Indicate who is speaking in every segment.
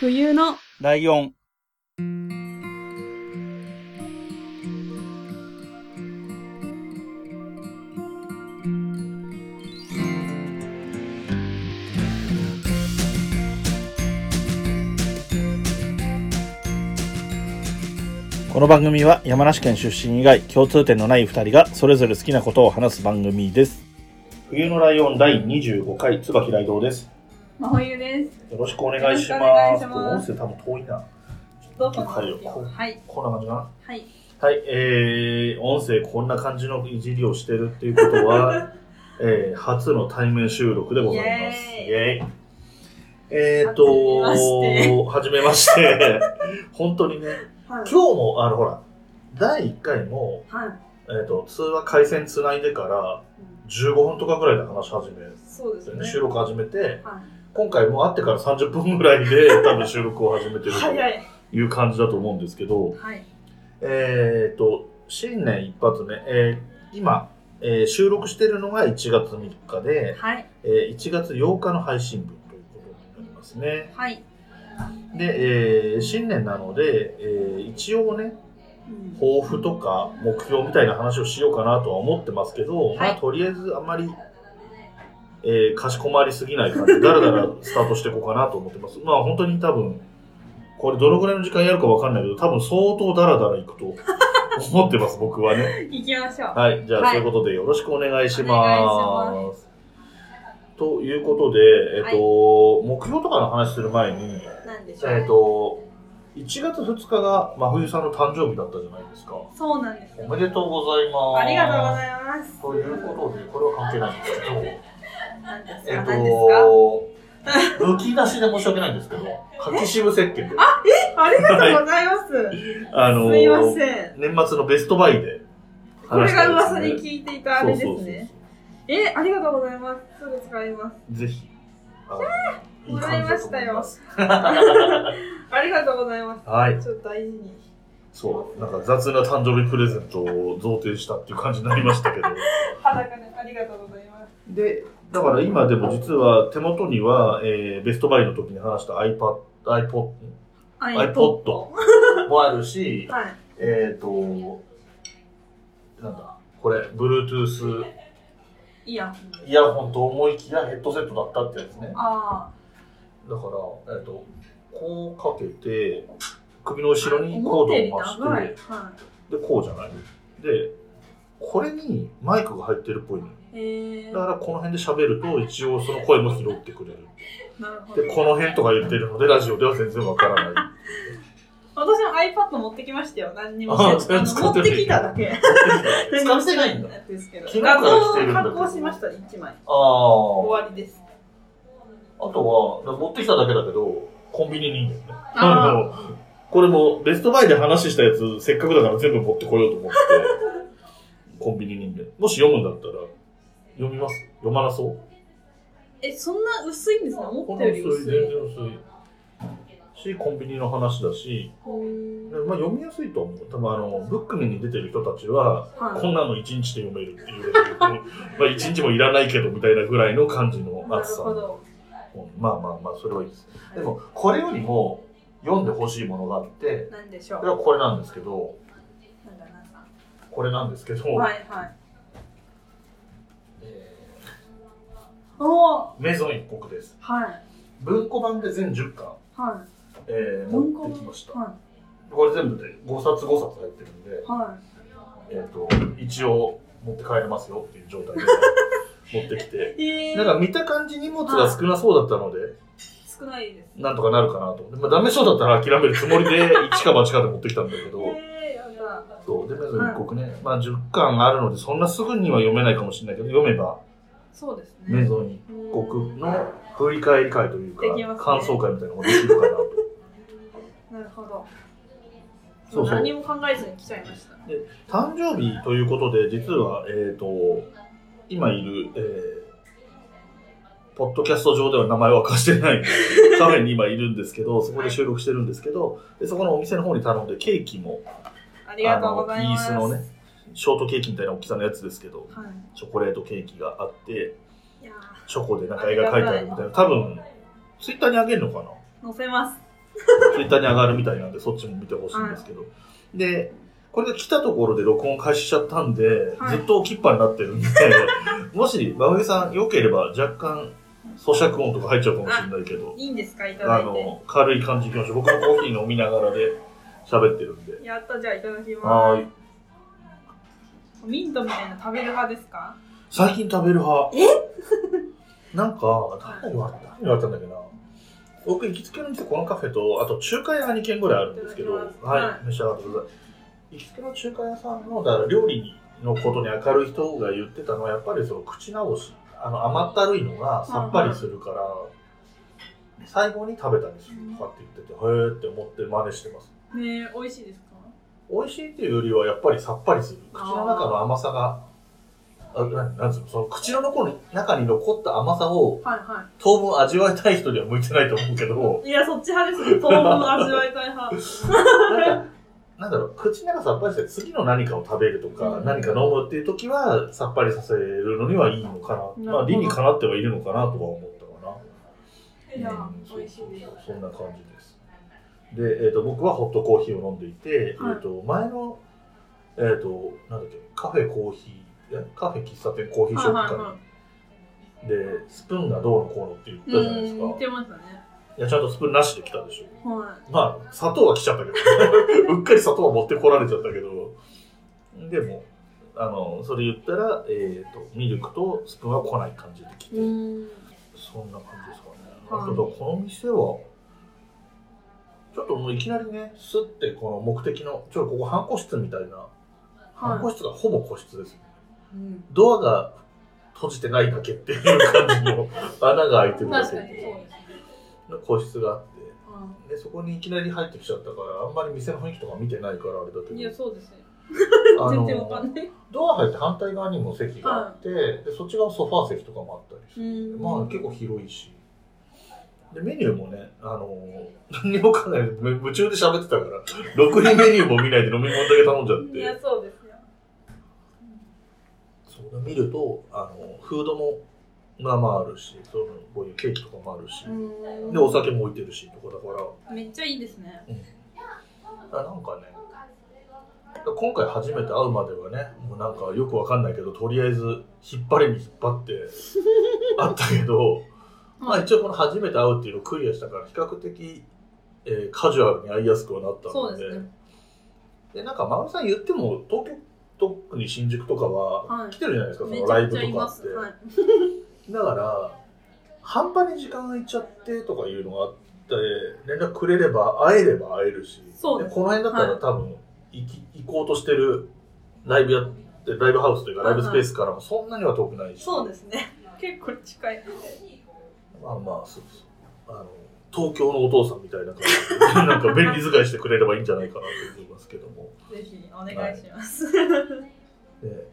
Speaker 1: 冬の
Speaker 2: ライオン。この番組は山梨県出身以外共通点のない2人がそれぞれ好きなことを話す番組です。冬のライオン第25回、椿雷堂です。
Speaker 1: 真冬です。
Speaker 2: よろしくお願いし
Speaker 1: よろしくお願い
Speaker 2: ます。
Speaker 1: し
Speaker 2: これ
Speaker 1: ま
Speaker 2: 音
Speaker 1: す
Speaker 2: 声多分遠いな。
Speaker 1: どうぞ
Speaker 2: はいよ
Speaker 1: はい。
Speaker 2: こんな感じかな。
Speaker 1: はい。
Speaker 2: はい、えー、音声こんな感じのいじりをしてるっていうこ とは、えー、初の対面収録でございます。
Speaker 1: イエーイ
Speaker 2: イエーイえーと、はじめ まして。本当にね、
Speaker 1: は
Speaker 2: 今日
Speaker 1: い。
Speaker 2: も、あの、ほら、第1回も、
Speaker 1: はい。
Speaker 2: えーと、通話回線つないでから15分とかぐらいで話し始める
Speaker 1: そうです
Speaker 2: ん
Speaker 1: ね
Speaker 2: で、。収録始めて、
Speaker 1: は
Speaker 2: 今回もう会ってから30分ぐらいで多分収録を始めて
Speaker 1: い。
Speaker 2: る
Speaker 1: 早い。
Speaker 2: という感じだと思うんですけど、
Speaker 1: はい。
Speaker 2: えー、と、新年一発目、えー今、えー収録しているのが1月3日で、
Speaker 1: はい。
Speaker 2: えー1月8日の配信分ということになりますね。
Speaker 1: はい。
Speaker 2: で、えー新年なので、えー一応ね、
Speaker 1: うん
Speaker 2: 抱負とか目標みたいな話をしようかなとは思ってますけど、
Speaker 1: い
Speaker 2: まあ、とりあえずあんまり、えーかしこまりすぎない感じで、だらだらスタートしていこうかなと思ってます。まあ、本当に多分、これどのぐらいの時間やるかわかんないけど、多分相当だらだらい くと思ってます、僕はね。
Speaker 1: 行きましょう。
Speaker 2: はい、じゃあ、
Speaker 1: はい
Speaker 2: そういうことでよろしくお願いし
Speaker 1: お
Speaker 2: ま
Speaker 1: 願
Speaker 2: す。ということで、えっ、と、目標とかの話する前に、
Speaker 1: なんでしょう。
Speaker 2: えっ、と、1月2日が真冬さんの誕生日だったじゃないですか。
Speaker 1: そうなんですよ
Speaker 2: お。めでとうございます。
Speaker 1: ありがとうございます。
Speaker 2: ということで、これは関係ないんです けど、
Speaker 1: なんです
Speaker 2: え
Speaker 1: か。
Speaker 2: っ
Speaker 1: なんですか。
Speaker 2: と、むき出しで申し訳ないんですけど、柿渋石鹸で、
Speaker 1: ありがとうございます。
Speaker 2: あの
Speaker 1: すいません。
Speaker 2: 年末のベストバイで
Speaker 1: これが
Speaker 2: 話した
Speaker 1: 噂
Speaker 2: ん
Speaker 1: に
Speaker 2: ですね
Speaker 1: 聞いていたあれですね。
Speaker 2: そう
Speaker 1: え、ありがとうございます。すぐ使います。
Speaker 2: そうそうぜひ、あの
Speaker 1: もらいましたよ
Speaker 2: いい感じだと思い
Speaker 1: ありがとうございま
Speaker 2: ます。はい。
Speaker 1: す。ちょっと大事に。
Speaker 2: そう、なんか雑な誕生日プレゼントを贈呈したっていう感じになりました けど。
Speaker 1: 裸でありがとうございます。
Speaker 2: で、だから今でも実は手元には、えーベストバイの時に話した iPad、iPod も iPod あるし、
Speaker 1: はい。
Speaker 2: えっ、と、なんだ、これ、Bluetooth
Speaker 1: いいや。
Speaker 2: イヤホンと思いきやヘッドセットだったってやつね。だか
Speaker 1: あ
Speaker 2: ら、えっ、と、こうかけて、首の後ろにコード
Speaker 1: 思
Speaker 2: を
Speaker 1: った
Speaker 2: 増
Speaker 1: より
Speaker 2: して、
Speaker 1: 長い。は
Speaker 2: で、こうじゃないで、これにマイクが入ってるっぽいのよ。
Speaker 1: い。えー、
Speaker 2: だからこの辺で喋ると一応その声も拾ってくれる。
Speaker 1: なるほど
Speaker 2: で、。この辺とか言ってるので、ラジオでは全然わからない。
Speaker 1: 私の iPad 持ってきましたよ。何にも
Speaker 2: あ
Speaker 1: してない。あ
Speaker 2: 使
Speaker 1: の
Speaker 2: っ
Speaker 1: 持
Speaker 2: て
Speaker 1: っ
Speaker 2: ない
Speaker 1: てきただけ。
Speaker 2: 使ってないんだ。
Speaker 1: やつですけど。
Speaker 2: 昨日からしてるんだけ
Speaker 1: 加
Speaker 2: ど
Speaker 1: 工しました、一枚。
Speaker 2: ああ。
Speaker 1: 終わりです。
Speaker 2: あとは、持ってきただけだけど、コンビニにいいんだよね。
Speaker 1: あ
Speaker 2: あの、 これもベストバイで話したやつ、せっかくだから全部持ってこようと 思って、コンビニにいいんだよ。もし読むんだったら、読みます読まなそう
Speaker 1: え、そんな薄いんですね。思
Speaker 2: こ
Speaker 1: っ
Speaker 2: の
Speaker 1: たより薄
Speaker 2: 薄い、全
Speaker 1: い。
Speaker 2: 然薄い。し、コンビニの話だし、
Speaker 1: う
Speaker 2: まあ読みやすいと思う。多分あの、ブックメンに出てる人たちは、
Speaker 1: ーんは
Speaker 2: こんなの一日で 読めるっていう、まあ一日もいらないけどみたいなぐらいの感じの
Speaker 1: い。なる
Speaker 2: 厚さ
Speaker 1: ほ。ど。
Speaker 2: まあまあまあ、それはいいです。でも、これよりも読んでほしいものがあって、
Speaker 1: なんでしょ
Speaker 2: こ
Speaker 1: う
Speaker 2: れ。はこれなんですけど、
Speaker 1: なんだなんだ
Speaker 2: これなんですけど、
Speaker 1: はいはい。
Speaker 2: え
Speaker 1: おー
Speaker 2: ーメゾン一国です。
Speaker 1: はい。
Speaker 2: 文庫版で全10巻、
Speaker 1: は
Speaker 2: えー
Speaker 1: い。
Speaker 2: 持ってきました。
Speaker 1: は
Speaker 2: これ全部で5冊5冊入ってるんで
Speaker 1: い。、は
Speaker 2: えっ、と、一応持って帰れますよっていう状 態で持ってきて、
Speaker 1: い。え
Speaker 2: なん
Speaker 1: ー、
Speaker 2: か見た感じ荷物が少なそうだったので、
Speaker 1: 少ないです。
Speaker 2: なんとかなるかなと思って。まあ、ダメそうだったら諦めるつもりで、一か八かで持ってきたんだけど。
Speaker 1: えー、やだ。
Speaker 2: そう。で、まず一国ね。まあ、10巻あるので、そんなすぐには読めないかもしれないけど、読めば、
Speaker 1: そうですね。
Speaker 2: メゾン一国の振り返り会というか、
Speaker 1: できますね
Speaker 2: 感想会みたいなのができるかな と。
Speaker 1: なるほど。
Speaker 2: そうそう
Speaker 1: 何も考えずに来ちゃいました。
Speaker 2: 誕生日ということで、実は、えっ、と、今いる、えーポッドキャスト上では名前は貸し てないカフェに今いるんですけど、そこで収録してるんですけど、でそこのお店の方に頼んでケーキも
Speaker 1: ありがとうございます。
Speaker 2: あのイースのね。ショートケーキみたいな大きさのやつですけど、
Speaker 1: は
Speaker 2: チョコレートケーキがあって、
Speaker 1: い。いや
Speaker 2: チョコでなんか絵が描いてあるみたいな。多分、ツイッターにあげるのかな
Speaker 1: ー載せます。
Speaker 2: ツイッターに上がるみたいなんで、そっちも見てほしいんですけど。で、これが来たところで録音開始しちゃったんで、
Speaker 1: はい
Speaker 2: ずっと置きっぱになってるんで、 もし、まぐさん、良ければ若干、咀嚼音とか入っちゃうかもしれないけど、
Speaker 1: いいんですかいただ
Speaker 2: あ
Speaker 1: いて。
Speaker 2: の、軽い感じいきましょう。僕もコーヒー飲みながらで喋ってるんで。
Speaker 1: やった、じゃあいただきま
Speaker 2: は
Speaker 1: す。
Speaker 2: ーい。
Speaker 1: ミントみたいな食べる派ですか
Speaker 2: 最近食べる派。え なんか、何言われた何言われたんだっけな。僕行きつけの店、このカフェと、あと中華屋が2軒ぐらいあるんですけど、
Speaker 1: いただきますは
Speaker 2: はい、召し上がってください。行きつけの中華屋さんの、だから料理のことに明るい人が言ってたのは、やっぱりその口直し、あの甘ったるいのがさっぱりするから、最後に食べたりするとかって言ってて、へーって思って真似してます。
Speaker 1: ねえ、美味しいですか
Speaker 2: 美味しいっていうよりはやっぱりさっぱりする口の中の甘さがあななんつうのその口の残る中に残った甘さを
Speaker 1: はいは
Speaker 2: 当分味わいたい人には向いてないと思うけど
Speaker 1: い。いや、そっち派ですね。トーンの味わいたい派。
Speaker 2: なんかなんだろう口の中さっぱりして次の何かを食べるとか、
Speaker 1: うん
Speaker 2: 何か飲むっていう時はさっぱりさせるのにはいいのか
Speaker 1: な
Speaker 2: な
Speaker 1: るほど
Speaker 2: まあ、理にかなってはいるのかなとは思ったかない
Speaker 1: や
Speaker 2: うん、そう
Speaker 1: 美味しいです。
Speaker 2: そんな感じですで、えー、と僕はホットコーヒーを飲んでいて、
Speaker 1: はい
Speaker 2: えー、と前の、えー、となんだっけカフェコーヒーえカフェ喫茶店コーヒーショップ
Speaker 1: はい
Speaker 2: か
Speaker 1: はい
Speaker 2: ら、
Speaker 1: は
Speaker 2: でスプーンがどうのこうのって言っ
Speaker 1: い。
Speaker 2: たじゃない
Speaker 1: う
Speaker 2: です
Speaker 1: ん、似
Speaker 2: か
Speaker 1: てましたね。
Speaker 2: いやちゃんとスプーンなしで来たでしょ
Speaker 1: は
Speaker 2: まあ砂糖は来ちゃったけど うっかり砂糖は持ってこられちゃったけどでもあのそれ言ったら、えー、とミルクとスプーンは来ない感じで来て
Speaker 1: い。うん。
Speaker 2: そんな感じですかね。
Speaker 1: はい
Speaker 2: あとだこの店は、ちょっともういきなりね、すってこの目的の、ちょっとここ半個室みたいな、半
Speaker 1: は
Speaker 2: 個室がほぼ個室です。
Speaker 1: い。うん
Speaker 2: ドアが閉じてないだけっていう感じの 穴が開いてるだ
Speaker 1: 確
Speaker 2: け
Speaker 1: かにそうですね。
Speaker 2: の個室があって、
Speaker 1: うん
Speaker 2: でそこにいきなり入ってきちゃったから、あんまり店の雰囲気とか見てないからあれだけど、
Speaker 1: いや、そうですね。
Speaker 2: あ
Speaker 1: 全
Speaker 2: の
Speaker 1: 然わかんない。
Speaker 2: ドア入って反対側にも席があって、でそっち側ソファー席とかもあったりして。
Speaker 1: うん
Speaker 2: まあ結構広いし。で、メニューもね、あの ー何にも考えないで、夢中で喋ってたから、ろくにメニューも見ないで飲み物だけ頼んじゃっ
Speaker 1: いや、
Speaker 2: て。
Speaker 1: そうですよ。
Speaker 2: そう見ると、あのーフードも、まあまああるし、そのこういうケーキとかもあるし、
Speaker 1: うん
Speaker 2: で、お酒も置いてるし、とかだから、
Speaker 1: めっちゃいいですね。
Speaker 2: あなんかね、今回初めて会うまではね、もうなんかよくわかんないけど、とりあえず引っ張れに引っ張って、 あったけど、まあ一応この初めて会うっていうのをクリアしたから、比較的、えーカジュアルに会いやすくはなった
Speaker 1: そう
Speaker 2: ので、
Speaker 1: ですね。
Speaker 2: でなんか、まぐさん言っても、東京、特に新宿とか
Speaker 1: は
Speaker 2: はい来てるじゃないですか、
Speaker 1: め
Speaker 2: そ
Speaker 1: ち
Speaker 2: のライ
Speaker 1: ゃ
Speaker 2: ブ
Speaker 1: く
Speaker 2: と
Speaker 1: ちゃい
Speaker 2: か
Speaker 1: ま
Speaker 2: って
Speaker 1: す。。はい。
Speaker 2: だから、半端に時間空いちゃってとかいうのがあって、連絡くれれば、会えれば会えるし、
Speaker 1: そうです
Speaker 2: この辺だったら多分、行き行こうとしてるライブやって、ライブハウスというか、ライブスペースからもそんなには遠くないし、
Speaker 1: そうですね。結構近い。
Speaker 2: まあまあ、そうそう。あの、東京のお父さんみたいな感じで、なんか便利使いしてくれればいいんじゃないかなと思いますけども。
Speaker 1: ぜひお願いし ます。
Speaker 2: で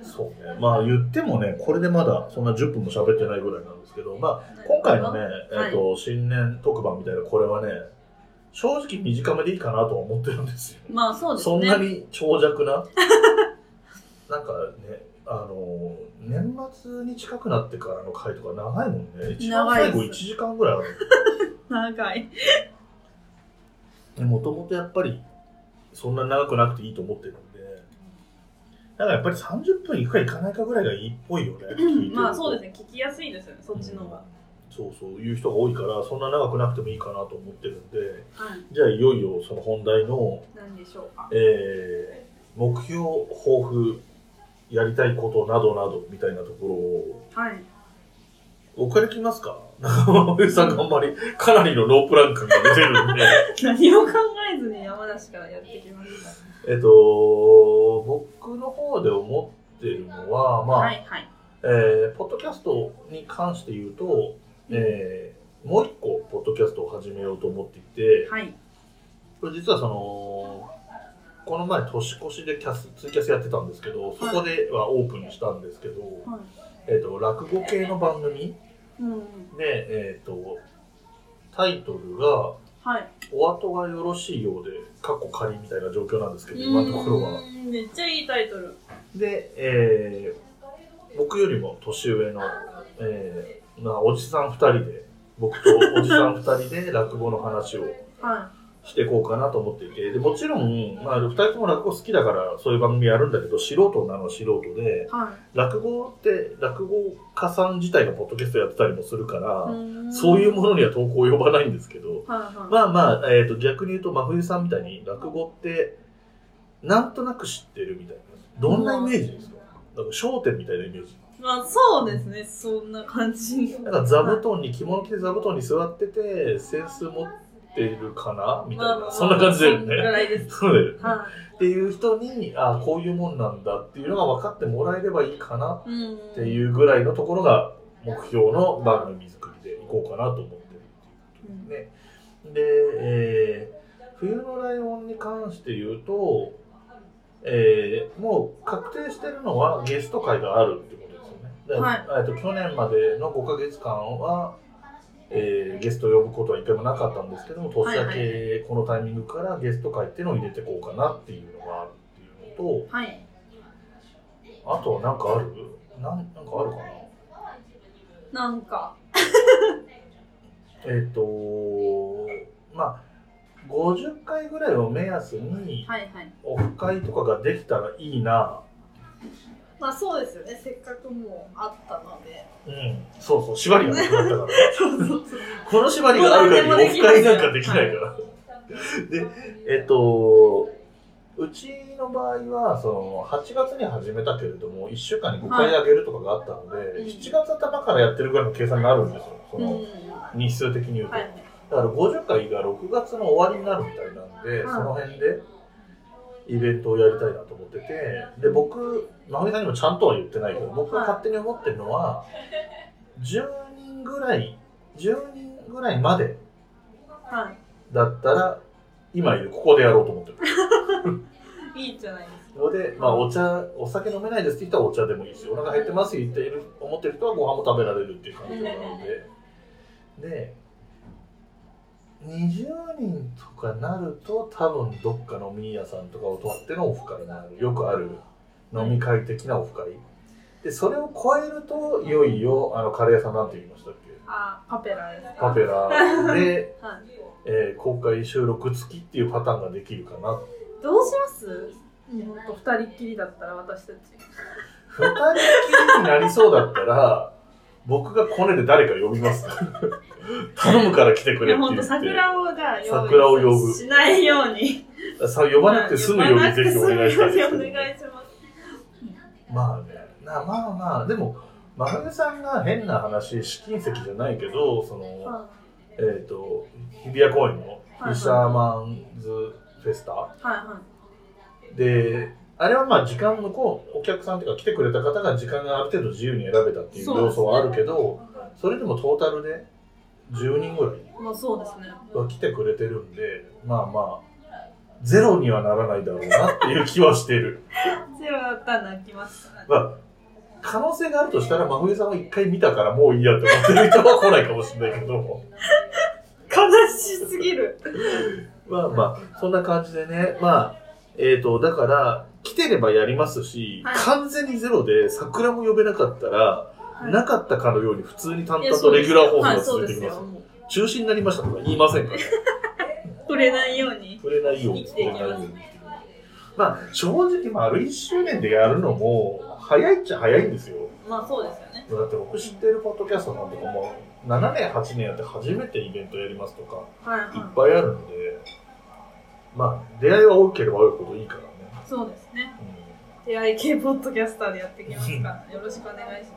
Speaker 2: そうね。まあ言ってもね、これでまだそんな10分も喋ってないぐらいなんですけど、まあ今回のね、え
Speaker 1: はい
Speaker 2: っと新年特番みたいなこれはね正直短めでいいかなとは思ってるんですよ
Speaker 1: まあそうですね。
Speaker 2: そんなに長尺な なんかねあの年末に近くなってからの回とか長いもんね一番
Speaker 1: 長いで
Speaker 2: 最
Speaker 1: す
Speaker 2: 後1時間ぐらいある
Speaker 1: 長い。
Speaker 2: でもともとやっぱりそんな長くなくていいと思ってるんでだからやっぱり30分いくかいかないかぐらいがいいっぽいよね聞いてると
Speaker 1: まあそうですね。聞きやすいですよね。そっちの方が。
Speaker 2: そうそういう人が多いからそんな長くなくてもいいかなと思ってるんで
Speaker 1: はい。
Speaker 2: じゃあいよいよその本題の、
Speaker 1: 何でしょうか。
Speaker 2: えー目標抱負やりたいことなどなどみたいなところを
Speaker 1: はい。
Speaker 2: 僕から聞きますか 中森さんがあんまりかなりのロープラン感が出てるんで
Speaker 1: 何も考えずに山梨からやってきました。
Speaker 2: えっと僕の方で思ってるのはまあ、
Speaker 1: はいはい。
Speaker 2: えーポッドキャストに関して言うと、えーもう一個ポッドキャストを始めようと思っていて、
Speaker 1: はい。
Speaker 2: これ実はそのこの前年越しでキャスツイキャスやってたんですけどそこではオープンしたんですけど、
Speaker 1: は
Speaker 2: えっと落語系の番組
Speaker 1: い。うん。
Speaker 2: で、えっとタイトルが
Speaker 1: はい。
Speaker 2: 「お後がよろしいようで」かっこ仮みたいな状況なんですけど今のところ
Speaker 1: う
Speaker 2: は。
Speaker 1: ーんめっちゃいいタイトル。
Speaker 2: で、えー僕よりも年上の、えーまあ、おじさん2人で僕とおじさん二人で落語の話を
Speaker 1: は
Speaker 2: していこうかなと思っていて、でもちろん、まあ、二人とも落語好きだから、そういう番組やるんだけど、素人なのは素人で
Speaker 1: い、は
Speaker 2: 落語って、落語家さん自体がポッドキャストやってたりもするから、
Speaker 1: いーん。
Speaker 2: そういうものには投稿を呼ばないんですけど、
Speaker 1: はいはい。
Speaker 2: まあまあ、えー、と逆に言うと真冬さんみたいに落語ってなんとなく知ってるみたいなどんなイメージですかなんか商店みたいなイメージ
Speaker 1: まあそうですね、そんな感 じ。
Speaker 2: なんか座布団に着物着て座布団に座ってて扇子持ってるかなみたいな、
Speaker 1: まあ
Speaker 2: そんな感じだよ
Speaker 1: そんぐ
Speaker 2: ね
Speaker 1: らい です。
Speaker 2: そうだよね、
Speaker 1: は。
Speaker 2: っていう人にあこういうもんなんだっていうのが分かってもらえればいいかない
Speaker 1: うん。
Speaker 2: って
Speaker 1: う
Speaker 2: いうぐらいのところが目標の番組作りでいこうかなと思ってる
Speaker 1: ん。
Speaker 2: ね、で、えー冬のライオンに関して言うと、えーもう確定してるのはゲスト会があるってことですよね。だからえーと去年までの5ヶ月間は、えーゲストを呼ぶことは一回もなかったんですけども、年明
Speaker 1: はいは
Speaker 2: けこのタイミングからゲスト会っていうのを入れていこうかなっていうのがあるっていうの
Speaker 1: はい。
Speaker 2: と、あとはなんかあるなんなんかあるかな
Speaker 1: なんか、
Speaker 2: えっ、とまあ、50回ぐらいを目安に、
Speaker 1: はいはい。
Speaker 2: オフ会とかができたらいいな。
Speaker 1: まあそうですよね、せっかくもうあったので。
Speaker 2: うん。そうそう、縛りがなく なったから。
Speaker 1: そうそうそう。
Speaker 2: この縛りがある限りオフ会なんかできないから。で、えっと、うちの場合は、その、8月に始めたけれども、1週間に5回あげるとかがあったので、
Speaker 1: いうん
Speaker 2: 7月頭からやってるぐらいの計算があるんですよ。そ
Speaker 1: うん。
Speaker 2: の、
Speaker 1: は
Speaker 2: 日数的に言うと。
Speaker 1: い。
Speaker 2: だから50回が6月の終わりになるみたいなんで、
Speaker 1: うん
Speaker 2: その辺でイベントをやりたいなと思っててで僕真冬さんにもちゃんとは言ってないけど僕が勝手に思ってるのは10人ぐらい10人ぐらいまで
Speaker 1: は
Speaker 2: だったら今いるここでやろうと思ってる
Speaker 1: い。いいじゃないですか。
Speaker 2: そこで、まあ、お茶お酒飲めないですって人はお茶でもいいしお腹減ってますって言っている思ってる人はご飯も食べられるっていう環境なのでで20人とかなると多分どっか飲み屋さんとかを取ってのオフ会になるよくある飲み会的なオフ会でそれを超えるといよいよあのカレー屋さんなんて言いましたっけ
Speaker 1: あ、パペラですか。
Speaker 2: カペラで、
Speaker 1: はい。
Speaker 2: えー公開収録付きっていうパターンができるかな
Speaker 1: どうします日本と二人っきりだったら私たち。
Speaker 2: 二人きりになりそうだったら、僕がコネで誰か呼び ます。頼むから来てく
Speaker 1: い
Speaker 2: れっ
Speaker 1: や、
Speaker 2: て
Speaker 1: ほん
Speaker 2: 言
Speaker 1: と
Speaker 2: って。
Speaker 1: 桜をじゃあ用意
Speaker 2: 桜を呼ぶ
Speaker 1: しないように。
Speaker 2: さ呼ばなくて済むようにぜひお願いしたいですけど
Speaker 1: お願いします。
Speaker 2: まあね、なまあまあ、でも、真冬さんが変な話、試金石じゃないけど、その、
Speaker 1: は
Speaker 2: えっ、と、日比谷公園のフィッシャーマンズフェスタ
Speaker 1: いは
Speaker 2: で、あれはまあ時間向こう、お客さんというか来てくれた方が時間がある程度自由に選べたっていう要素はあるけど、それでもトータルで10人ぐらい
Speaker 1: い。まあそうですね。
Speaker 2: は来てくれてるんで、まあまあ、ゼロにはならないだろうなっていう気はしてる。
Speaker 1: ゼロだったら泣きますからね。
Speaker 2: まあ、可能性があるとしたら、真冬さんは一回見たからもういいやって思ってる人は来ないかもしれないけども。
Speaker 1: 悲しすぎる。
Speaker 2: まあまあ、そんな感じでね、まあ、えっ、と、だから、来てればやりますし、
Speaker 1: はい
Speaker 2: 完全にゼロで桜も呼べなかったら、
Speaker 1: い
Speaker 2: なかったかのように普通に淡
Speaker 1: いや
Speaker 2: 々とレギュラー放送が
Speaker 1: そう
Speaker 2: 続い
Speaker 1: で
Speaker 2: て
Speaker 1: す
Speaker 2: きます。
Speaker 1: よ。もう
Speaker 2: 中止になりましたとか言いませんから。
Speaker 1: 触れないように。
Speaker 2: 触れないように
Speaker 1: 生きていきます
Speaker 2: 触れないようにまあ正直丸1周年でやるのも早いっちゃ早いんですよ
Speaker 1: まあそうですよね。
Speaker 2: だって僕知ってるポッドキャストなんとかも7年8年やって初めてイベントやりますとか
Speaker 1: はい
Speaker 2: いっ
Speaker 1: は
Speaker 2: ぱいあるんでまあ出会いは多ければ多いほどいいからね、
Speaker 1: い。そうですね。
Speaker 2: う
Speaker 1: 出会い系ポッドキャスターでやってきますから、よろしくお願いし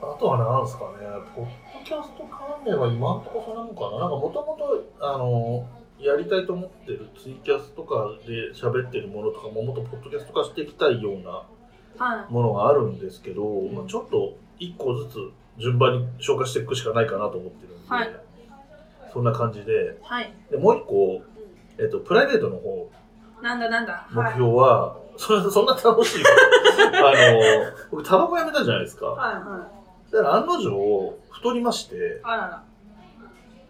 Speaker 1: ま
Speaker 2: ん、あとは何ですかねポッドキャスト関連は今んとこそんなもんかななんかもともとあのやりたいと思ってるツイキャスとかで喋ってるものとかももっとポッドキャスト化していきたいような
Speaker 1: す。は
Speaker 2: ものがあるんですけど、まあ、ちょっと1個ずつ順番に消化していくしかないかなと思ってるんで、
Speaker 1: はい
Speaker 2: そんな感じで
Speaker 1: い。はい。
Speaker 2: でもう1個、えっと、プライベートの方
Speaker 1: なんだなんだ。
Speaker 2: 目
Speaker 1: はい。
Speaker 2: 標は、そそんな楽 しいあの僕タバコやめたじゃないですか
Speaker 1: はいはい。
Speaker 2: だから案の定太りまして、
Speaker 1: あらら。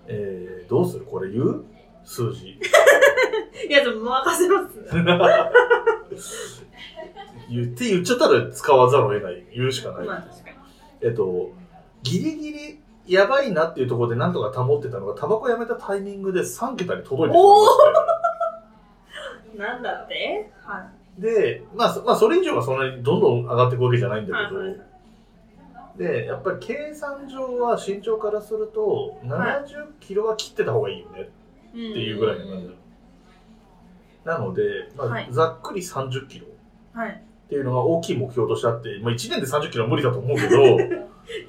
Speaker 2: えーどうするこれ言う数字
Speaker 1: いや、でも任せます。
Speaker 2: 言って言っちゃったら使わざるを得ない言うしかない
Speaker 1: まあ確かに。
Speaker 2: えっと、ギリギリやばいなっていうところでなんとか保ってたのが、タバコやめたタイミングで3桁に届いてしまいま
Speaker 1: なんだっては
Speaker 2: してで、まあ、そまあ、それ以上がそんなにどんどん上がっていくわけじゃないん
Speaker 1: い。
Speaker 2: だ
Speaker 1: はい
Speaker 2: けど、
Speaker 1: はいはい。
Speaker 2: で、やっぱり計算上は身長からすると、
Speaker 1: は
Speaker 2: 70キロは切ってた方がいいよね
Speaker 1: って
Speaker 2: っていうぐらいの感じなので、ま
Speaker 1: は
Speaker 2: あ
Speaker 1: い、
Speaker 2: ざっくり30キロっ
Speaker 1: はい。
Speaker 2: ていうのが大きい目標としてあって、まあ、1年で30キロは無理だと思う けど、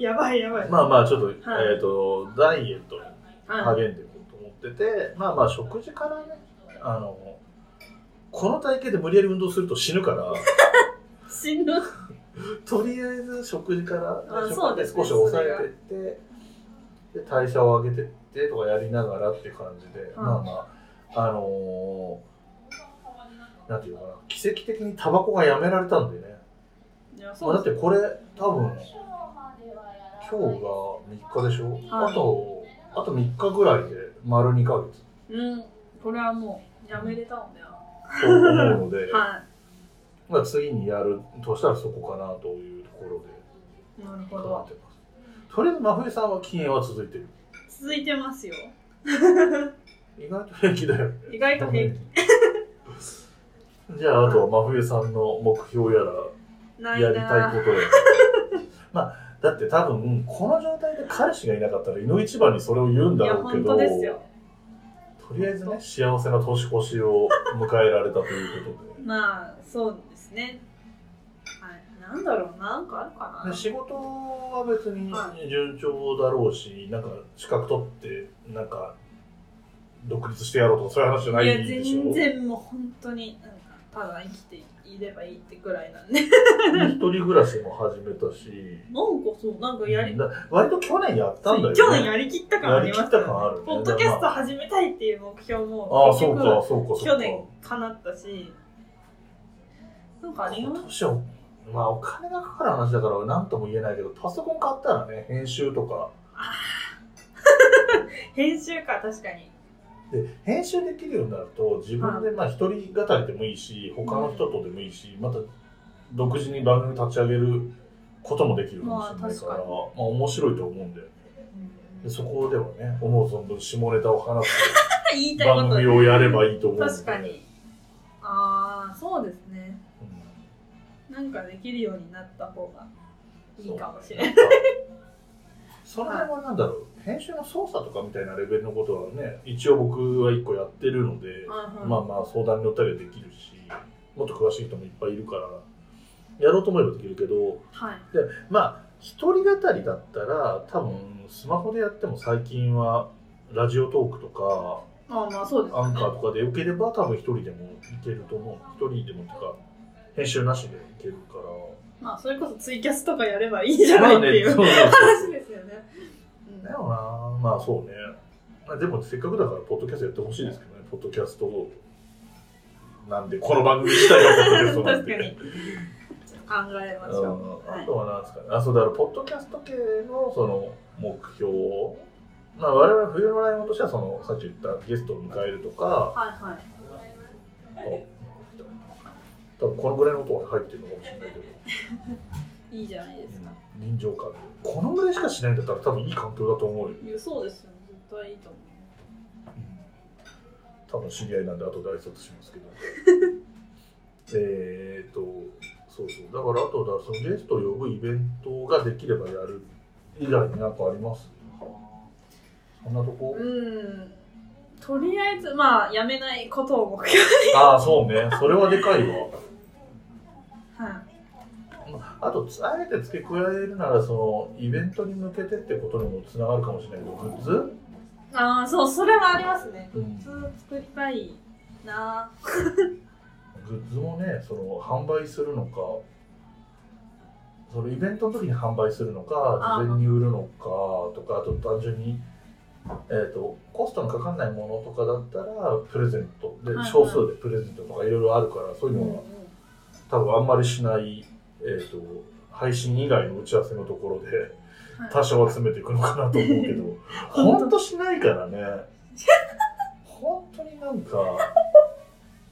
Speaker 1: やばいやばい。
Speaker 2: まあまあちょっと、
Speaker 1: はい
Speaker 2: えっ、と、ダイエットに
Speaker 1: はい。
Speaker 2: 励んでいこうと思ってて、まあまあ食事からね、あの、この体型で無理やり運動すると死ぬ から、
Speaker 1: 死ぬ。
Speaker 2: とりあえず食事から、
Speaker 1: あ
Speaker 2: 食
Speaker 1: そう
Speaker 2: で
Speaker 1: ですね
Speaker 2: 少し抑えてって、で代謝を上げてってとかやりながらっていう感じで、
Speaker 1: ん
Speaker 2: まあまあ、あのーなんていうのかな、奇跡的にタバコがやめられたんでね。
Speaker 1: いや、
Speaker 2: まあ、だってこれ多分、今日
Speaker 3: が
Speaker 2: が3日でしょ、
Speaker 1: はい
Speaker 2: あと、あと3日ぐらいで丸2ヶ月
Speaker 1: うん。これはもう、やめれたんだよ。
Speaker 2: と思うので、
Speaker 1: は
Speaker 2: まあ次にやるとしたらそこかなというところで
Speaker 1: い。なるほ
Speaker 2: 考
Speaker 1: ど。
Speaker 2: えてます。とりあえず真冬さんは禁煙は続いてる。
Speaker 1: 続いてますよ。
Speaker 2: 意外と平気だよね。
Speaker 1: 意外と平気。
Speaker 2: じゃあ、あとは真冬さんの目標や
Speaker 1: な
Speaker 2: ら、
Speaker 1: い
Speaker 2: や
Speaker 1: な
Speaker 2: り たいことやら。まあ、だって多分、この状態で彼氏がいなかったら、いの一番にそれを言うんだ
Speaker 1: いや、
Speaker 2: ろうけ
Speaker 1: 本
Speaker 2: ど、
Speaker 1: 当ですよ
Speaker 2: と。りあえずね、幸せな年越しを迎えられたということで。
Speaker 1: まあ、そうですね。はい。なんだろう、なんかあるか
Speaker 2: で
Speaker 1: な。
Speaker 2: 仕事は別に
Speaker 1: は
Speaker 2: 順調だろうし、なんか資格取って、なんか独立してやろうとかそういう話じゃない
Speaker 1: や、
Speaker 2: いでしょ。
Speaker 1: 全然もう本当に、なんか、ただ生きていればいいってくらいなんで。
Speaker 2: 一人暮らしも始めたし、
Speaker 1: なんかそう、なんかやり、
Speaker 2: な割と去年やったんだよ、ね。
Speaker 1: 去年やりきった感あ
Speaker 2: やり
Speaker 1: り
Speaker 2: き
Speaker 1: ま
Speaker 2: っ
Speaker 1: したよ
Speaker 2: た
Speaker 1: ね
Speaker 2: 感あるね。
Speaker 1: ポッドキャスト始めたいっていう目標も、
Speaker 2: ああ、そうか、そうか、そうか。
Speaker 1: 去年叶ったし、なんかあり
Speaker 2: 今
Speaker 1: ます
Speaker 2: 年は、まあお金がかかる話だから何とも言えないけど、パソコン買ったらね、編集とか。
Speaker 1: 編集か、確かに。
Speaker 2: で、編集できるようになると、自分でまあ一人語りでもいいし、他の人とでもいいし、また独自に番組立ち上げることもできるかもしれないから、
Speaker 1: まあ確か
Speaker 2: まあ
Speaker 1: に
Speaker 2: 面白いと思うんで。でそこではね、思う存分下ネタを 話す
Speaker 1: 言いたいこ
Speaker 2: 番
Speaker 1: と
Speaker 2: 組をやればいいと思うんで。
Speaker 1: 確かに。ああ、そうですね。なんかできるようになった方が
Speaker 2: うん。
Speaker 1: いいかもしれない。
Speaker 2: そう。なんかその辺はなんだろう、編集の操作とかみたいなレベルのことはね、一応僕は一個やってるので、
Speaker 1: はいはい
Speaker 2: まあまあ相談に乗ったりはできるし、もっと詳しい人もいっぱいいるから、やろうと思えばできるけど、
Speaker 1: はい。
Speaker 2: まあ、一人語りだったら、多分スマホでやっても最近は、ラジオトークとか、
Speaker 1: まあまあそうですよ
Speaker 2: アン
Speaker 1: ね
Speaker 2: カ。ーとかで受ければ、多分一人でもいけると思う。一人でもとか、編集なしでいけるから。
Speaker 1: まあそれこそツイキャスとかやればいいんじゃないっていう
Speaker 2: まあねそうそうそう
Speaker 1: 話ですよね。うん
Speaker 2: だよなまあそうねまあでもせっかくだからポッドキャストやってほしいですけどねポッドキャストをなんでこの番組したいよポッドキャストなん
Speaker 1: 確
Speaker 2: て
Speaker 1: かに。ちょっと考えまし
Speaker 2: う
Speaker 1: ょ
Speaker 2: ん
Speaker 1: はい
Speaker 2: あとはなんですかね、あそうだからポッドキャスト系のその目標まあ我々冬のライオンとしてはそのさっき言ったゲストを迎えると
Speaker 1: う。
Speaker 2: か
Speaker 1: はいはい。
Speaker 2: 多分このぐらいの音が入ってるのかもしれないけど、
Speaker 1: いいじゃないですか。
Speaker 2: 臨場感このぐらいしかしないんだったら多分いい環境だと思うよ
Speaker 1: いやそうですよね。絶対いいと思う。
Speaker 2: 多分知り合いなんで後で挨拶しますけどえーっとそうそうだからあとだそのゲストを呼ぶイベントができればやる以外に何かありますそんなとこ
Speaker 1: うん。とりあえず、まあ、やめないことを目標。
Speaker 2: ああそうねそれはでかいわ
Speaker 1: は
Speaker 2: まああとつあえて付け加えるならそのイベントに向けてってことにもつながるかもしれないけどグッズ、
Speaker 1: い。ああ、そう、それはありますね。
Speaker 2: うん
Speaker 1: 普通作りたいな。
Speaker 2: グッズもねその販売するのかそのイベントの時に販売するのか
Speaker 1: あー
Speaker 2: 事前に売るのかとかあと単純に、えー、とコストのかかんないものとかだったらプレゼントで、
Speaker 1: はいはい
Speaker 2: 少数でプレゼントとかいろいろあるからそういうのは多分あんまりしない、えー、と配信以外の打ち合わせのところで
Speaker 1: はい
Speaker 2: 多少集めていくのかなと思うけど
Speaker 1: 本当
Speaker 2: ほんとしないからね本当になんか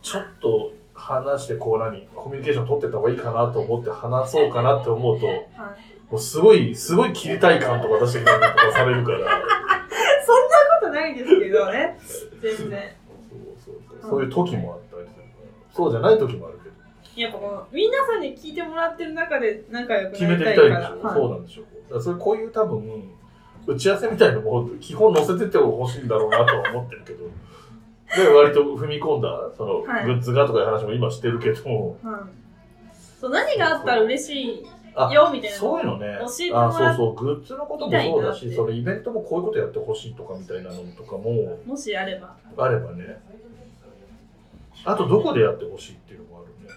Speaker 2: ちょっと話してこう何コミュニケーション取ってた方がいいかなと思って話そうかなって思うと
Speaker 1: はい。
Speaker 2: もうすごい、すごい切りたい感とか出してくれるとかされるから。
Speaker 1: そんなことないですけどね。全然。
Speaker 2: そうそうそう。そういう時もあったりするから。そうじゃない時もあるけど。
Speaker 1: やっぱこの、皆さんに聞いてもらってる中で仲良く
Speaker 2: 決
Speaker 1: な
Speaker 2: め
Speaker 1: り
Speaker 2: て
Speaker 1: た
Speaker 2: いきた
Speaker 1: い
Speaker 2: い
Speaker 1: か
Speaker 2: でしょ。
Speaker 1: ら。はい
Speaker 2: そうなんでしょう。だからそれこういう多分、打ち合わせみたいなもの基本載せててほしいんだろうなとは思ってるけど。で、割と踏み込んだ、その、
Speaker 1: はい
Speaker 2: グッズがとかいう話も今してるけど、
Speaker 1: はいそう何があったら嬉しい
Speaker 2: あ
Speaker 1: よみたいな
Speaker 2: そういうのね
Speaker 1: 教えて、もら
Speaker 2: あ
Speaker 1: っ
Speaker 2: そうそう、グッズのこともそうだ
Speaker 1: みたいなって
Speaker 2: し、そのイベントもこういうことやってほしいとかみたいなのとかも
Speaker 1: もしあれば
Speaker 2: あればね、あとどこでやってほしいっていうのもあるね。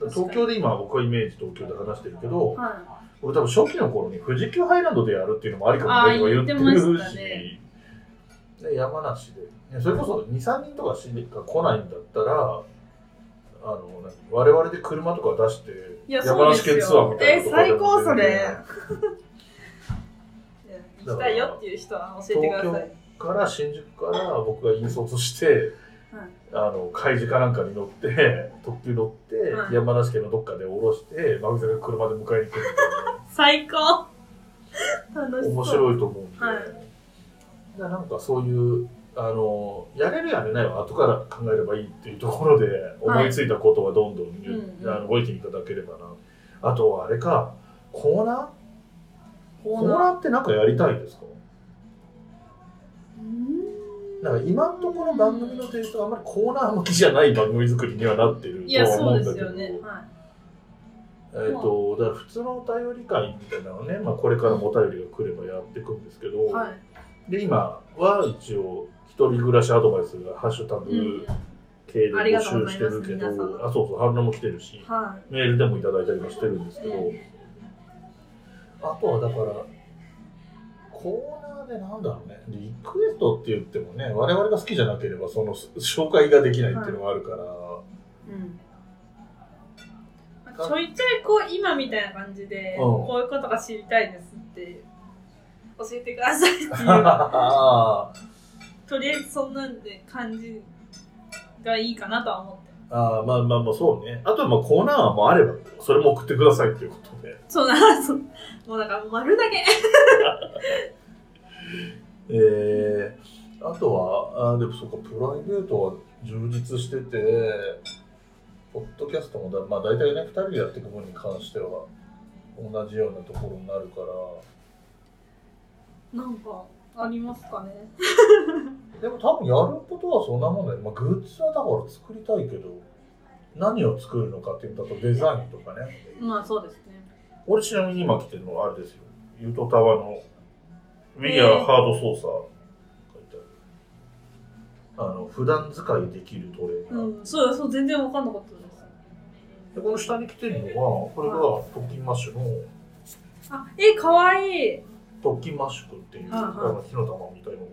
Speaker 2: だから東京で今、僕はイメージ東京で話してるけど、
Speaker 1: は
Speaker 2: 俺多分初期の頃に富士急ハイランドでやるっていうのもありかもねとか言って
Speaker 1: あー言って
Speaker 2: る
Speaker 1: まし
Speaker 2: した
Speaker 1: ね
Speaker 2: で山梨でいやそれこそ23人とかしか来ないんだったらあのなんか我々で車とか出して
Speaker 1: いや
Speaker 2: 山梨
Speaker 1: そう
Speaker 2: 県
Speaker 1: です
Speaker 2: ツアー
Speaker 1: よ
Speaker 2: みたいなところでも
Speaker 1: え最高それいいや行き
Speaker 2: だか
Speaker 1: た
Speaker 2: ら
Speaker 1: いよっていう人は教えてください
Speaker 2: 東から新宿から僕が引率して、
Speaker 1: はい
Speaker 2: あの海事かなんかに乗って特急乗って、
Speaker 1: はい
Speaker 2: 山梨県のどっかで降ろしてマグゼが車で迎えに来るみたいな。
Speaker 1: 最高 楽しそう
Speaker 2: 面白いと思うんで、
Speaker 1: はい
Speaker 2: だからなんかそういうあのやれるやれないは後から考えればいいっていうところで
Speaker 1: はい
Speaker 2: 思いついたことはどんどん、
Speaker 1: うんうん
Speaker 2: あの動いていただければなあとはあれかコーナー
Speaker 1: コ
Speaker 2: コー
Speaker 1: ーナー
Speaker 2: ナーってなんかやりたいですか
Speaker 1: うーん
Speaker 2: なんか今のところ番組のテイストがあんまりコーナー向きじゃない番組作りにはなってる
Speaker 1: い
Speaker 2: と
Speaker 1: や
Speaker 2: は思
Speaker 1: そううんで
Speaker 2: だ
Speaker 1: す
Speaker 2: けど
Speaker 1: よねはい
Speaker 2: えー、とだから普通のお便り会みたいなのをね、まあ、これからもお便りが来ればやっていくんですけど、
Speaker 1: はい
Speaker 2: で今は一応一人暮らしアドバイスがハッシュタ
Speaker 1: うん
Speaker 2: グ系で
Speaker 1: あり
Speaker 2: 募
Speaker 1: がとうご
Speaker 2: 集
Speaker 1: ざいます
Speaker 2: してるけど、
Speaker 1: 皆様
Speaker 2: あそうそう反応も来てるし
Speaker 1: は
Speaker 2: メールでもいただいたりもしてるんですけどあとはだからコーナーでなんだろうねリクエストって言ってもね我々が好きじゃなければその紹介ができないっていうのがあるから、
Speaker 1: いうんちょいちょいこう今みたいな感じで
Speaker 2: うん
Speaker 1: こういうことが知りたいですって教えてくださいっていう
Speaker 2: あー
Speaker 1: とりあえずそんなんで感じがいいかなとは思って
Speaker 2: あーまあまあまあそうねあとはまあコーナーもあればそれも送ってくださいっていうことで。
Speaker 1: そうな そうもうなんか丸だけ
Speaker 2: えー、あとは、あでもそうか、プライベートは充実してて、ポッドキャストもだ、まあ、大体ね、2人でやっていく分に関しては、同じようなところになるから、
Speaker 1: なんかありますかね
Speaker 2: でも多分やることはそんなもんだよ、まあ、グッズはだから作りたいけど、何を作るのかっていうと、あとデザインとかね、
Speaker 1: まあそうですね
Speaker 2: 俺、ちなみに今来てるのはあれですよ、ユートタワーの、ウィアハード操作、書いてある、あの普段使いできるトレーナー。
Speaker 1: うんそうだそう全然わかんなかったです
Speaker 2: でこの下に来てるのはこれが特勤マッシュの
Speaker 1: あえかわいい
Speaker 2: 特勤マッシュ君っていう、
Speaker 1: はいはい
Speaker 2: あの火の玉みたいのが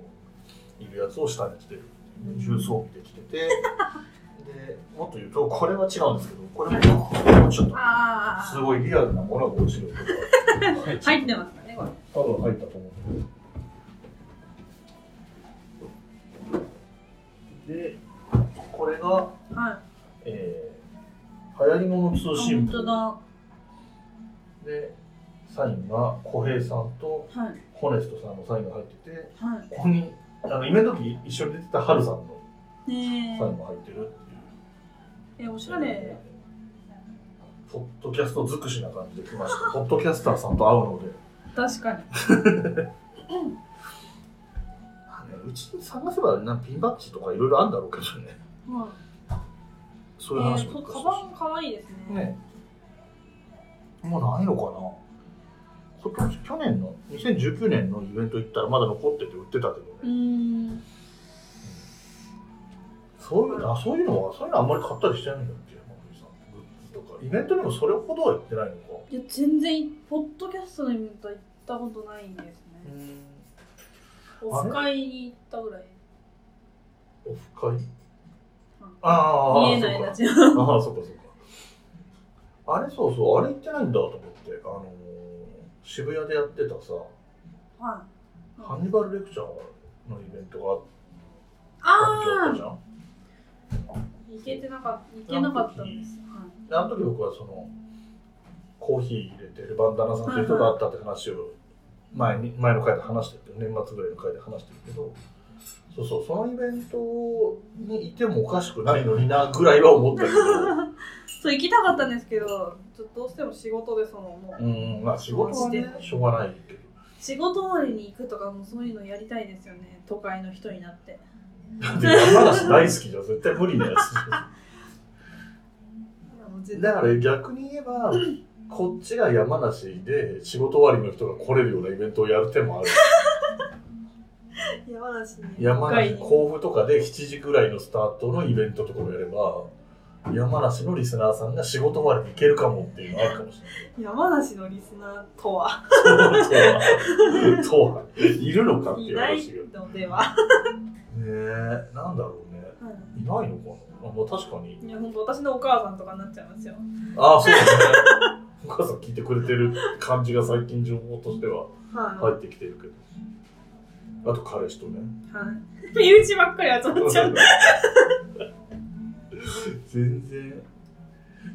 Speaker 2: いるやつを下に来てる重装備で来て てでもっと言うとこれは違うんですけどこれもちょっと
Speaker 1: あ
Speaker 2: す
Speaker 1: あ
Speaker 2: ごいリアルなものが 落ちるとか
Speaker 1: 入ってますかねこれ
Speaker 2: 多分入ったと思うんだけどでこれが、
Speaker 1: は
Speaker 2: えー、流行り物
Speaker 1: い
Speaker 2: 通
Speaker 1: 本
Speaker 2: 信
Speaker 1: 当
Speaker 2: 簿
Speaker 1: だは
Speaker 2: でサインが小平さんと
Speaker 1: いはい
Speaker 2: ホネストさんのサインが入ってて、ここに、あの、イベント時一緒に出てたハルさんの
Speaker 1: ね
Speaker 2: サインも入ってるって
Speaker 1: え
Speaker 2: いう。
Speaker 1: えおしゃれ
Speaker 2: ポッドキャスト尽くしな感じで来ました。 ポッドキャスターさんと会うので。
Speaker 1: 確かに
Speaker 2: まあねうちに探せばな、ピンバッジとかいろいろあるんだろうけどね。
Speaker 1: はい
Speaker 2: そういう話
Speaker 1: え
Speaker 2: も
Speaker 1: ー、
Speaker 2: 昔
Speaker 1: カバンかわいいですね
Speaker 2: ね。もうないのかな。今年去年の、2019年のイベント行ったらまだ残ってて売ってたけどね。
Speaker 1: うーん
Speaker 2: そういうの、あそういうのは、そういうのあんまり買ったりしてないんだっけ、マグリさん。グッズとか。イベントにもそれほどは行ってないのか。
Speaker 1: いや全然ポッドキャストのイベント行ったことないんですねオフ会に行ったぐらい
Speaker 2: オフ会ああ、
Speaker 1: 見えない
Speaker 2: そう
Speaker 1: な
Speaker 2: か
Speaker 1: ちゃ
Speaker 2: ああ、そうかそうか。あれそうそう、あれ行ってないんだと思って、あのー渋谷でやってたさ、
Speaker 1: は
Speaker 2: ハンニバルレクチャーのイベントがあっ
Speaker 1: あ
Speaker 2: た
Speaker 1: あ
Speaker 2: じゃん。
Speaker 1: 行けてなかった行けなかったんです。はい
Speaker 2: であの時僕はその、コーヒー入れてるバンダナさんという人があったって話を前に前の回で話してるけど年末ぐらいの回で話してるけどそうそうそのイベントにいてもおかしくないのになぐらいは思ったけど
Speaker 1: そう行きたかったんですけどちょっとどうしても仕事でそのもう
Speaker 2: うんまあ仕事はねしょうがないけど
Speaker 1: 仕事終わりに行くとかもうそういうのやりたいですよね都会の人になって
Speaker 2: だって山梨大好きじゃん絶対無理なや
Speaker 1: いやもう
Speaker 2: つ
Speaker 1: 絶対
Speaker 2: だから逆に言えばこっちが山梨で仕事終わりの人が来れるようなイベントをやる手もある
Speaker 1: 山梨に
Speaker 2: 山
Speaker 1: 都
Speaker 2: 梨
Speaker 1: 会に
Speaker 2: 甲府とかで7時ぐらいのスタートのイベントとかをやれば山梨のリスナーさんが仕事終わりに行けるかもっていうのあるかもし
Speaker 1: 山梨のリスナーとは
Speaker 2: れないそうは そうはいるのかって
Speaker 1: い
Speaker 2: いう
Speaker 1: ない
Speaker 2: 話がね
Speaker 1: のでは、
Speaker 2: えなんだろうねいないのかなあまあ確かに
Speaker 1: いや本当私のお母さんとかになっちゃいますよ
Speaker 2: あ あそうだねお母さん聞いてくれてる感じが最近情報としては入
Speaker 1: は
Speaker 2: ってきてるけどあと彼氏とね
Speaker 1: い、はい、 身内ばっかり集まっちゃう
Speaker 2: 全然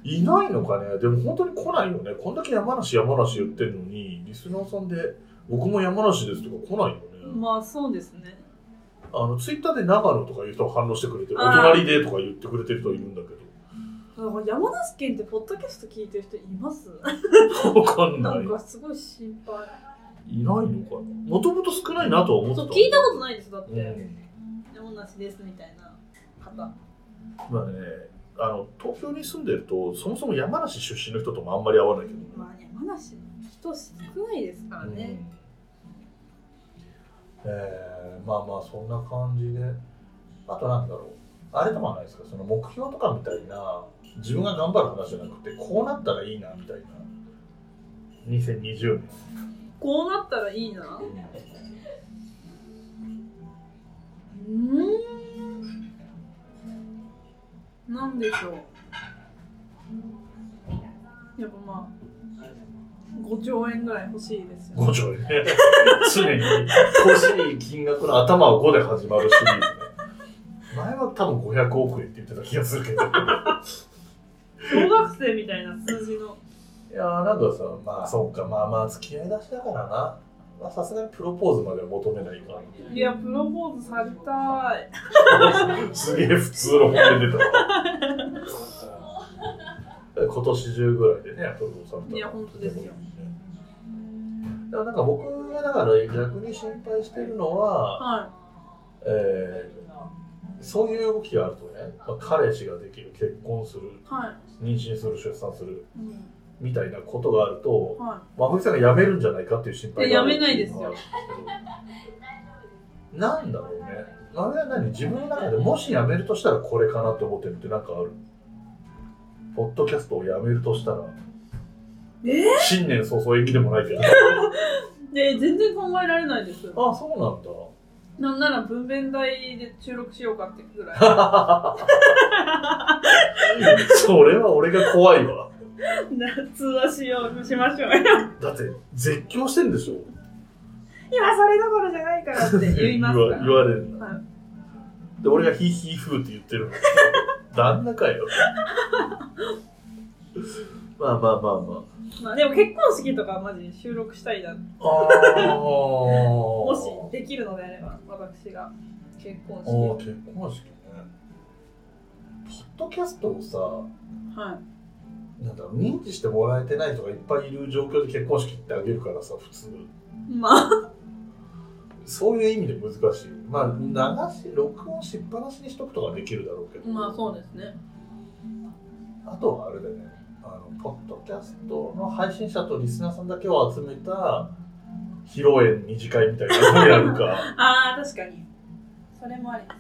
Speaker 2: いないのかねでも本当に来ないよねこんだけ山梨山梨言ってるのにリスナーさんで「僕も山梨です」とか来ないよね、
Speaker 1: まあそうですね
Speaker 2: あのツイッターで長野とかいう人が反応してくれて「お
Speaker 1: あー
Speaker 2: 隣で」とか言ってくれてる人いるんだけど
Speaker 1: なんか山梨県ってポッドキャスト聞いてる人います
Speaker 2: 分かん
Speaker 1: な
Speaker 2: ない
Speaker 1: んかすごい心配
Speaker 2: いないのかなもともと少ないなとは思って
Speaker 1: そ
Speaker 2: た
Speaker 1: う聞いたことないですだって、
Speaker 2: うん
Speaker 1: 山梨ですみたいな方
Speaker 2: まあねあの東京に住んでるとそもそも山梨出身の人ともあんまり会わないけどね、
Speaker 1: まあ山梨の人少ないですからね、
Speaker 2: うんえーまあまあそんな感じであとなんだろうあれでもないですかその目標とかみたいな自分が頑張る話じゃなくてこうなったらいいなみたいな2020年
Speaker 1: こうなったらいいなうーんなんでしょうやっぱまあ5兆円ぐらい欲しいですよね
Speaker 2: 5兆円ね常に欲しい金額の頭を5で始まるシリーズね前は多分500億円って言ってた気がするけどい
Speaker 1: 小学生みたいな数字の
Speaker 2: やーなんかさまあそっかまあまあ付き合い出しだからなまあさすがにプロポーズまでは求めないから
Speaker 1: いやプロポーズされたい
Speaker 2: すげえ普通の本音出た わ。今年中ぐらいでね、プロさん
Speaker 1: いや本当ですよ。
Speaker 2: だからなんか僕がだから逆に心配してるのは、
Speaker 1: は
Speaker 2: えーそういう動きがあるとね、まあ、彼氏ができる、結婚する、
Speaker 1: いは
Speaker 2: 妊娠する、出産する
Speaker 1: い、うん、
Speaker 2: みたいなことがあると、
Speaker 1: は
Speaker 2: 真冬さんが辞めるんじゃないかっていう心配がある
Speaker 1: いや辞めないですよ。
Speaker 2: なんだろうね。真冬は何自分の中でもし辞めるとしたらこれかなって思ってるのってなんかあるポッドキャストを辞めるとしたら、
Speaker 1: いえ
Speaker 2: 新年早々縁起でもないけど。
Speaker 1: で全然考えられないです
Speaker 2: あ、そうなんだ。
Speaker 1: なんなら分娩台で収録しようかってぐ らい
Speaker 2: それは俺が怖いわ。
Speaker 1: 通話しようしましょうよ
Speaker 2: だって、絶叫してんでしょ
Speaker 1: 今それどころじゃないからって言いますか
Speaker 2: わ
Speaker 1: ら
Speaker 2: 言われるんだ
Speaker 1: は
Speaker 2: で、俺がヒーヒーフーって言ってるの。 旦那かよ。 まあまあまあま
Speaker 1: まあでも結婚式とかはマジ収録したいな
Speaker 2: あ。ああ。も
Speaker 1: もしできるのであれば私が結婚
Speaker 2: あー
Speaker 1: 式
Speaker 2: 結婚式ね。ポッドキャストをさ、
Speaker 1: は
Speaker 2: なんだろう、認知してもらえてない人がいっぱいいる状況で結婚式ってあげるからさ、普通。
Speaker 1: いまあ
Speaker 2: そういう意味で難しい。まあ、流し、録音しっぱなしにしとくとかできるだろうけど。
Speaker 1: まあそうですね
Speaker 2: あとはあれだよねあのポッドキャストの配信者とリスナーさんだけを集めた披露宴二次会みたいなのをやるか
Speaker 1: ああ確かにそれもありです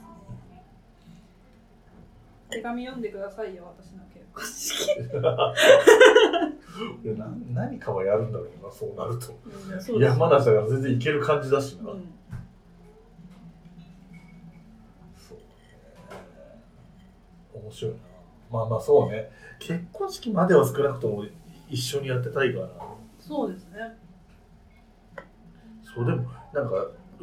Speaker 1: ね手紙読んでくださいよ私の結婚式
Speaker 2: でな何かはやるんだろうなそうなると
Speaker 1: うんそうです
Speaker 2: 山梨だから全然いける感じだしな、
Speaker 1: うん
Speaker 2: そうね面白いなまあまあそうね結婚式までは少なくとも一緒にやってたいから
Speaker 1: そうですね
Speaker 2: そうでもなんか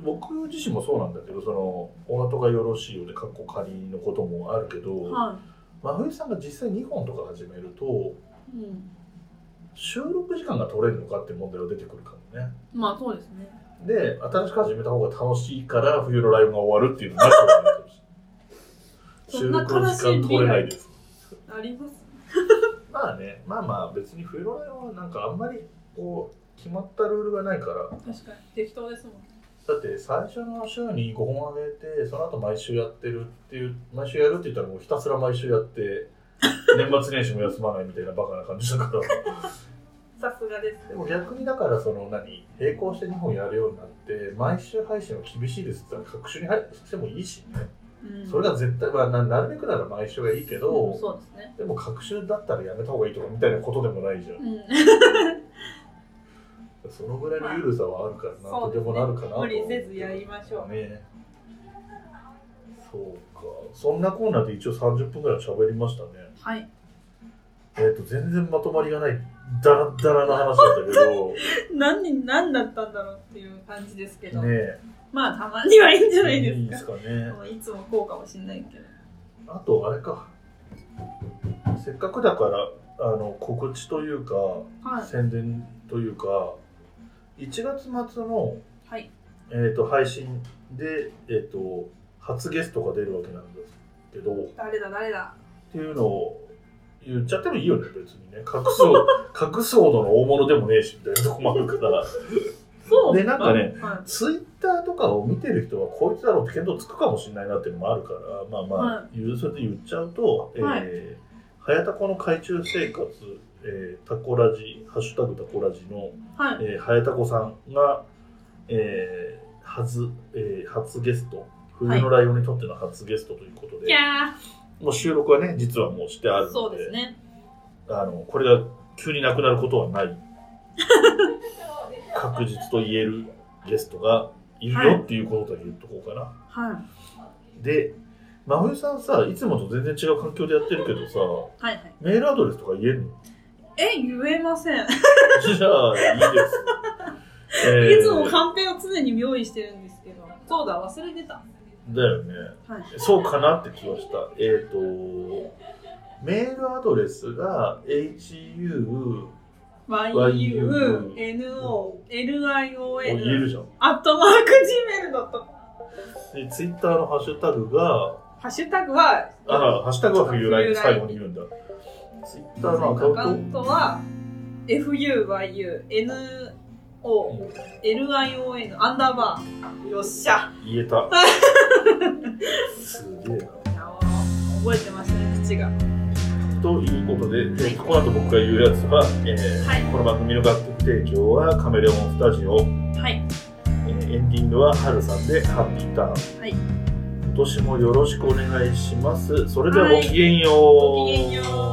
Speaker 2: 僕自身もそうなんだけどその「お後がよろしいよ」でかっこ仮のこともあるけど、
Speaker 1: は
Speaker 2: 真冬さんが実際2本とか始めると
Speaker 1: い、うん、
Speaker 2: 収録時間が取れるのかって問題は出てくるかもね。
Speaker 1: まあそうですね
Speaker 2: で、新しく始めた方が楽しいから、冬のライブが終わるっていうのがなくはないかもし
Speaker 1: そ
Speaker 2: れ
Speaker 1: ん
Speaker 2: な。
Speaker 1: ない
Speaker 2: 収録 の時間取れないです。
Speaker 1: あります
Speaker 2: まあね、まあまあ別に冬のライブはなんかあんまりこう、決まったルールがないから、
Speaker 1: 確かに適当ですもん
Speaker 2: だって最初の週に5本上げて、その後毎週やってるっていう、毎週やるって言ったらもうひたすら毎週 やって、年末年始も休まないみたいなバカな感じだから。
Speaker 1: さすがです
Speaker 2: でも逆にだからその何並行して2本やるようになって毎週配信は厳しいですって言ったら各週に配信してもいいしね、
Speaker 1: うん
Speaker 2: それが絶対、まあ、ななるべくなら毎週がいいけど、
Speaker 1: そうですね
Speaker 2: でも各週だったらやめた方がいいとかみたいなことでもないじゃん、
Speaker 1: うん
Speaker 2: そのぐらいの緩さはあるからな、
Speaker 1: まあ
Speaker 2: とてもなるかなと
Speaker 1: 無理せずやりましょう
Speaker 2: ねそうかそんなコーナーで一応30分ぐらい喋りましたね
Speaker 1: はい
Speaker 2: えっ、と全然まとまりがないダラッダラな話だ ったけど
Speaker 1: 何に何だったんだろうっていう感じですけど、
Speaker 2: ねえ
Speaker 1: まあたまにはいいんじゃないですか
Speaker 2: かね
Speaker 1: いつもこうかもしれないけど
Speaker 2: あとあれかせっかくだからあの告知というか、
Speaker 1: はい
Speaker 2: 宣伝というか1月末の、
Speaker 1: はい
Speaker 2: えー、と配信で、えー、と初ゲストが出るわけなんですけどっ
Speaker 1: 誰だ誰だ
Speaker 2: ていうのを言っちゃってもいいよね別にね隠 そう隠そうの大物でもねえしみたいなとこもあるから
Speaker 1: そう
Speaker 2: でなんかね
Speaker 1: は
Speaker 2: ツイッターとかを見てる人はこいつだろうって見当つくかもしれないなっていうのもあるからまあまあ、
Speaker 1: は
Speaker 2: 言うそれで言っちゃうと、
Speaker 1: は
Speaker 2: えー、早田子の海中生活、えー、タコラジハッシュタグタコラジの、
Speaker 1: いはい
Speaker 2: えー、早田子さんが、えー、初、えー、初ゲスト冬のライオンにとっての初ゲストということ
Speaker 1: い
Speaker 2: で、
Speaker 1: や
Speaker 2: もう収録はね実はもうしてあるの
Speaker 1: ー
Speaker 2: で
Speaker 1: そうですね
Speaker 2: あのこれが急になくなること はない確実と言えるゲストがいるよっていうことだけ言っとこうかな、
Speaker 1: は
Speaker 2: で真冬さんさいつもと全然違う環境でやってるけどさ
Speaker 1: いはいはい
Speaker 2: メールアドレスとか言えんの
Speaker 1: え言えません、
Speaker 2: じゃあいいです、えー
Speaker 1: いつもカンペを常に用意してるんですけどそうだ忘れてた
Speaker 2: だよね
Speaker 1: はい
Speaker 2: そうかなって気はしたえっ、とメールアドレスが HU YU
Speaker 1: YUNOLION
Speaker 2: 言えるじゃん
Speaker 1: アットマーク Gmail だった。
Speaker 2: でツイッターのハッシュタグが
Speaker 1: ハッシュタグは、
Speaker 2: あハッシュタグは冬来って最後に言うんだ。ツイッターのアカウン
Speaker 1: アカウントは、FUYUNOLION アンダーバー。よっしゃ。
Speaker 2: ト言えた。すげえな。
Speaker 1: 覚えてましたね、口が。
Speaker 2: ということで、えーこの後僕が言うやつは、えー
Speaker 1: はい
Speaker 2: この番組の楽曲提供はカメレオンスタジオ、
Speaker 1: はい。
Speaker 2: えーエンディングはハルさんでハッピーターン。
Speaker 1: はい。
Speaker 2: 今年もよろしくお願いします。それでは
Speaker 1: は
Speaker 2: ご
Speaker 1: い
Speaker 2: きげんよう。
Speaker 1: ごきげんよう。